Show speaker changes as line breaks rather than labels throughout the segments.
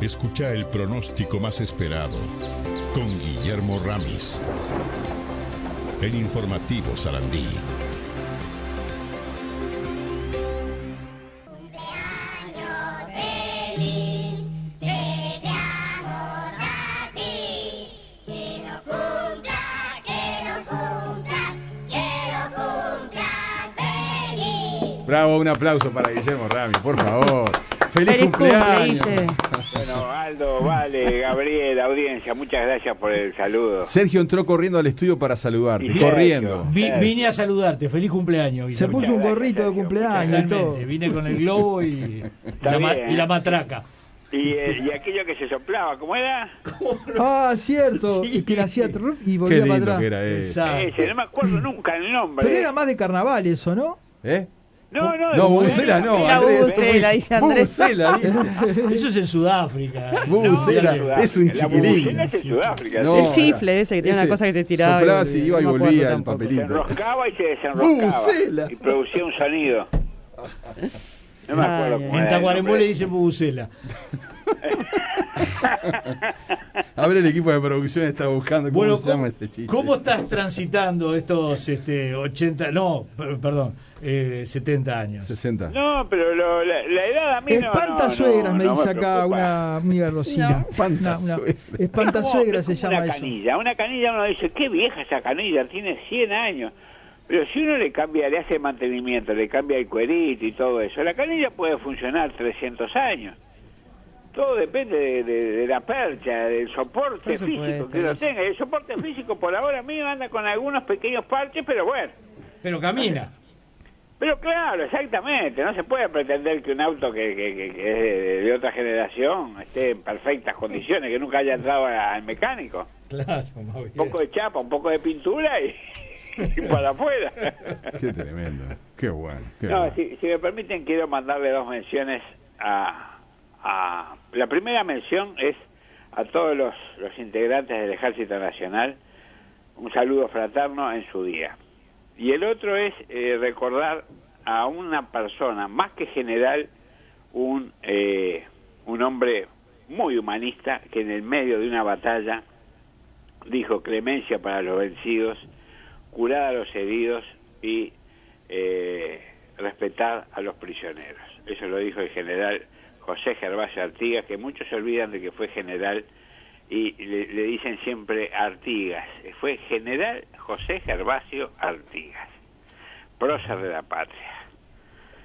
escucha el pronóstico más esperado con Guillermo Ramis. El informativo Sarandí.
Bravo, un aplauso para Guillermo Rami, por favor. Feliz,
Feliz cumple,
cumpleaños.
Guille.
Bueno, Aldo, vale, Gabriel, audiencia, muchas gracias por el saludo.
Sergio entró corriendo al estudio para saludarte,
Y
corriendo.
Sergio.
Vi- vine a saludarte, feliz cumpleaños.
Se
Guillermo.
puso un gorrito de cumpleaños y todo.
Totalmente, vine con el globo y, la, ma-
bien.
y la matraca.
Y, eh, y aquello que se soplaba, ¿cómo era?
Ah, cierto.
Sí.
Y que la hacía trup y
Qué
volvía para
lindo
atrás.
que era eso.
Exacto.
Ese, no me acuerdo nunca el nombre.
Pero era más de carnaval eso, ¿no?
¿Eh?
No, no,
No,
de-
bubucela no,
La
Andrés. eso
bubucela,
muy-
dice Andrés.
Bubucela, dice.
Eso es en Sudáfrica.
Bubucela,
No,
es un
la
chiquirín.
bubucela es en Sudáfrica.
No,
El chifle ese que tiene
ese
una cosa que se tiraba y
Soplaba
volvía,
si iba y
no me acuerdo
volvía el
tampoco.
Se
papelito.
enroscaba y se desenroscaba.
Bubucela.
Y producía un sonido. No me acuerdo
Ay,
cómo era
En
el
Tacuarembó
nombre.
le dicen bubucela.
Abre el equipo de producción, está buscando cómo
Bueno,
se llama
¿cómo,
ese chiste.
cómo estás transitando estos este, 80, no, per- perdón, eh, 70 años?
60.
No, pero lo- la, la edad a mí no-
Espanta
no,
suegras,
no,
me
no
dice
preocupa.
acá una, una garrocina.
Espanta suegra.
Espanta
Como-
suegra
es
se
Oh, como
llama
una
eso.
canilla. Una canilla uno dice, qué vieja esa canilla, tiene 100 años. Pero si uno le cambia, le hace mantenimiento, le cambia el cuerito y todo eso, la canilla puede funcionar 300 años. Todo depende de, de- de la percha, del soporte
Por supuesto,
físico que uno
eso.
tenga. El soporte físico por ahora mío anda con algunos pequeños parches, pero bueno.
Pero camina.
Pero claro, exactamente, no se puede pretender que un auto que, que- que- que es de, de otra generación esté en perfectas condiciones, que nunca haya entrado a- al mecánico.
Claro, más bien.
Un poco de chapa, un poco de pintura y, y para afuera.
Qué tremendo. Qué bueno. Qué
No,
bueno.
si, si me permiten, quiero mandarle dos menciones a, a- La primera mención es a todos los, los integrantes del Ejército Nacional, un saludo fraterno en su día. Y el otro es eh, recordar a una persona, más que general, un, eh, un hombre muy humanista que en el medio de una batalla dijo clemencia para los vencidos, curar a los heridos y eh, respetar a los prisioneros. Eso lo dijo el general José Gervasio Artigas, que muchos se olvidan de que fue general y le, le dicen siempre Artigas. Fue general José Gervasio Artigas, prócer de la patria.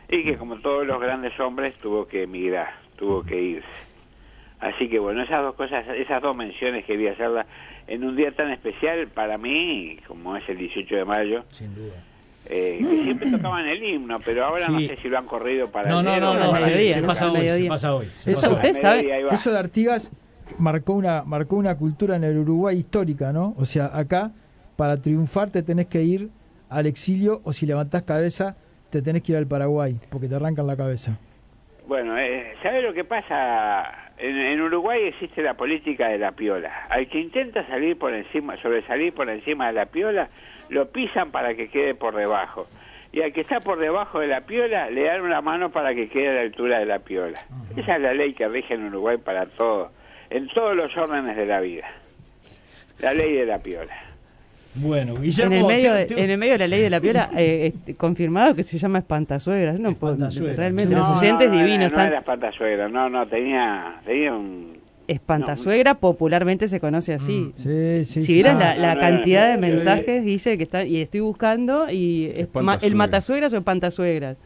Y que como todos los grandes hombres tuvo que emigrar, tuvo que irse. Así que bueno, esas dos cosas, esas dos menciones quería hacerlas en un día tan especial para mí, como es el 18 de mayo,
Sin duda.
eh, que siempre tocaban el himno, pero ahora no
Mm. Sí.
sé si lo han corrido para
No,
el
no,
negro
no,
o
no,
para
se,
el
mediodía,
se
¿no?
pasa
Al
hoy, se
mediodía.
pasa hoy. se
Eso
pasa hoy.
usted
Al
sabe,
mediodía, ahí va.
Eso de Artigas marcó una, marcó una cultura en el Uruguay histórica, ¿no? O sea, acá para triunfar te tenés que ir al exilio o si levantás cabeza te tenés que ir al Paraguay porque te arrancan la cabeza.
Bueno, eh, ¿sabe lo que pasa? En, en Uruguay existe la política de la piola. Al que intenta salir por encima, sobresalir por encima de la piola, lo pisan para que quede por debajo. Y al que está por debajo de la piola, le dan una mano para que quede a la altura de la piola. Esa es la ley que rige en Uruguay para todo, en todos los órdenes de la vida. La ley de la piola.
Bueno,
En
Guillermo.
el, medio
te-
de,
te-
en el medio de la ley de la piola, eh, este, confirmado que se llama espantasuegras. No, puedo-
Espantasuegras.
realmente
No,
los oyentes
no, no,
divinos
No, no
están.
era espantasuegra, no, no, tenía, tenía un...
Espantasuegra popularmente se conoce así.
Sí, sí,
si
sí,
vieras
sí.
la, la
no, no,
cantidad de
no, no,
mensajes, Guille, que están. Y estoy buscando, y es ma-
Espantasuegras.
el matasuegras o espantasuegras.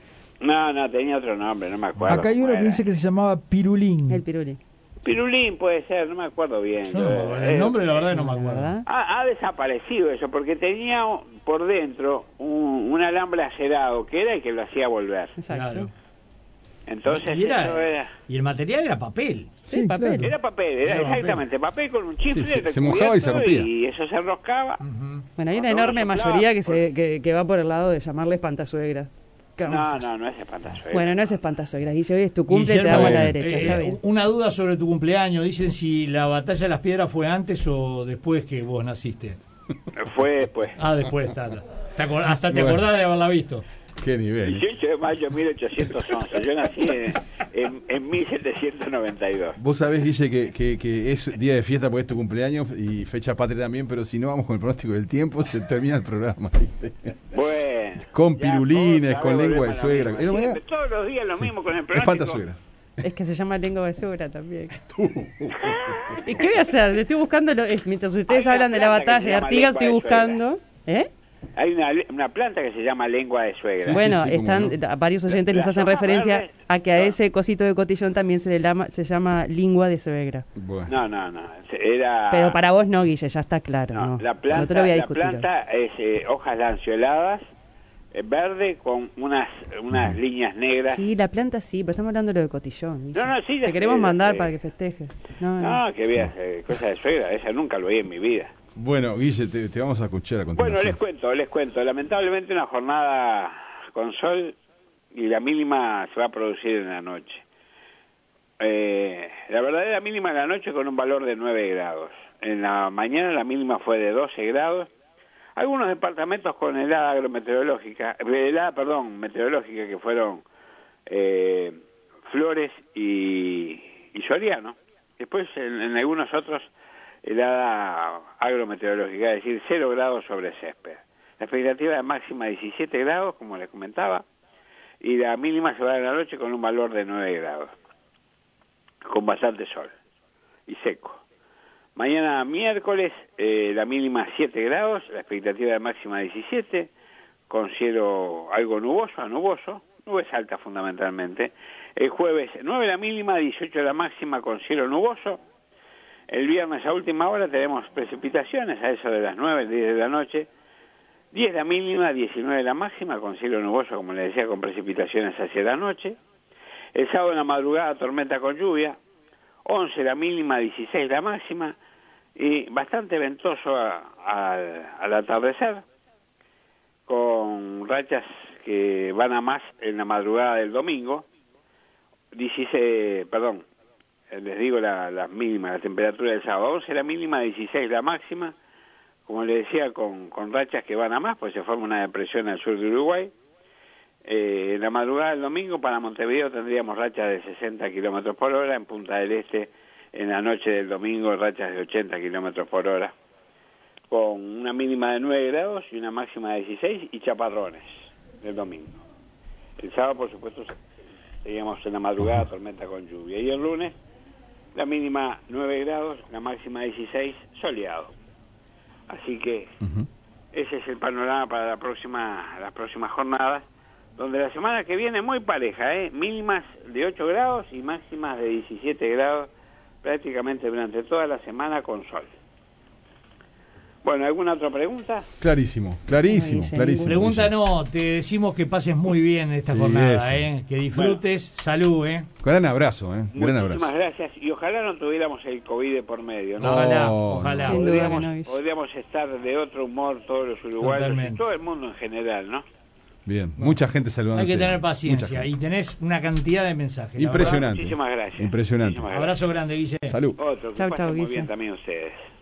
No, no, tenía otro nombre, no me acuerdo.
Acá hay uno
cómo
que
era.
dice que se llamaba Pirulín.
El piruli.
Pirulín puede ser, no me acuerdo bien.
yo no me acuerdo, el
Eh,
nombre, la verdad, no me
¿Verdad?
acuerdo.
Ha, ha desaparecido eso, porque tenía por dentro un, un alambre acerado, que era el que lo hacía volver.
Exacto.
Claro.
Entonces,
y, era-
eso era...
y el material era papel.
Sí,
Sí,
papel.
claro.
Era papel, era,
Era papel.
exactamente papel con un chifle.
Sí, se- se mojaba y se
recubierto,
rompía.
Y eso se enroscaba.
Bueno, hay una
Cuando
enorme
uno soplaba,
mayoría que, se, que, que va por el lado de llamarle espantasuegra. ¿Qué vamos a
No,
hacer?
no, no es espantazo.
Bueno, no es espantasuegra, Guille. Hoy es tu cumple, te
Guillermo,
damos a la
eh,
derecha.
eh,
está bien.
Una duda sobre tu cumpleaños. Dicen si la batalla de las piedras fue antes o después que vos naciste.
Fue pues, después.
Ah, después, Tata. Te acor- hasta te
Bueno.
acordás de haberla visto.
Qué nivel.
18 de mayo de 1811. Yo nací en, en, en 1792.
Vos sabés, Guille, que, que- que es día de fiesta porque es tu cumpleaños y fecha patria también, pero si no vamos con el pronóstico del tiempo, se termina el programa. ¿viste?
Bueno.
Con
ya,
pirulines,
otra
con
vez
lengua de
volvemos a lo
suegra.
mismo.
Es lo que
Siempre, todos los días lo mismo con el
era.
pronóstico.
Espanta suegra.
Es que se llama lengua de suegra también. ¿Y qué voy a hacer? Estoy buscando, lo- eh, mientras ustedes
Hay una
hablan de la
planta que
batalla
se
de
llama
Artigas, estoy
lengua de suegra.
buscando. ¿Eh?
Hay una, una planta que se llama lengua de suegra.
Sí,
bueno,
sí, sí, cómo
están
no.
la- varios oyentes
La-
nos hacen
la-
referencia
verde.
a que a
No.
ese cosito de cotillón también se le llama, se llama lengua de suegra.
Bueno.
No, no, no. Era.
Pero para vos no, Guille, ya está claro.
No,
No,
la
No te
planta,
lo voy a
la
discutir.
planta es eh, hojas lanceoladas, eh, verde con unas unas líneas negras.
Sí, la planta sí, pero estamos hablando de lo de cotillón. Guille.
No, no, sí,
Te
ya sé,
queremos
ya
mandar
sé.
para que festejes. No, no.
No, que veas, eh, cosa de suegra, esa nunca lo vi en mi vida.
Bueno, Guille, te, te vamos a escuchar a continuación.
Bueno, les cuento, les cuento. Lamentablemente una jornada con sol y la mínima se va a producir en la noche. Eh, la verdadera mínima en la noche con un valor de 9 grados. En la mañana la mínima fue de 12 grados. Algunos departamentos con helada agrometeorológica, eh, helada, perdón, meteorológica que fueron eh, Flores y, y Soriano. Después en, en algunos otros helada agrometeorológica, es decir, 0 grados sobre césped. La expectativa de máxima 17 grados, como les comentaba, y la mínima se va a la noche con un valor de 9 grados, con bastante sol y seco. Mañana miércoles, eh, la mínima 7 grados, la expectativa de máxima 17, con cielo algo nuboso, a nuboso, nubes altas fundamentalmente. El jueves 9 la mínima, 18 la máxima con cielo nuboso. El viernes a última hora tenemos precipitaciones a eso de las 9, 10 de la noche. 10 la mínima, 19 la máxima, con cielo nuboso, como les decía, con precipitaciones hacia la noche. El sábado en la madrugada, tormenta con lluvia. 11 la mínima, 16 la máxima. Y bastante ventoso a- al- al atardecer, con rachas que van a más en la madrugada del domingo. 16, perdón, eh, les digo la, la mínima, la temperatura del sábado, 11 la mínima, 16 la máxima, como les decía, con, con rachas que van a más, pues se forma una depresión al sur de Uruguay. Eh, en la madrugada del domingo para Montevideo tendríamos rachas de 60 kilómetros por hora, en Punta del Este en la noche del domingo rachas de 80 kilómetros por hora, con una mínima de 9 grados y una máxima de 16 y chaparrones del domingo. El sábado, por supuesto, teníamos en la madrugada tormenta con lluvia. Y el lunes, la mínima 9 grados, la máxima 16, soleado. Así que ese es el panorama para la próxima, las próximas jornadas, donde la semana que viene muy pareja, ¿eh? mínimas de 8 grados y máximas de 17 grados prácticamente durante toda la semana con sol. Bueno, ¿alguna otra pregunta?
Clarísimo, clarísimo,
Ay, sí.
clarísimo.
Pregunta
Guille.
no, te decimos que pases muy bien esta
Sí,
jornada,
eso.
¿eh? que disfrutes, salud, ¿eh?
Gran abrazo, ¿eh? Gran abrazo.
Muchísimas gracias y ojalá no tuviéramos el COVID de por medio, ¿no?
No,
Ojalá,
no.
ojalá.
Sin duda que no,
Podríamos,
Guille.
podríamos estar de otro humor todos los uruguayos y
Totalmente.
todo el mundo en general, ¿no?
Bien, mucha gente saludando.
Hay que tener paciencia y tenés una cantidad de mensajes. la
Impresionante.
Muchísimas gracias.
Impresionante.
verdad.
Muchísimas gracias.
Abrazo grande, Guille.
Salud.
Otro, que
Chau,
pasen
chau,
muy
Guille.
bien también ustedes.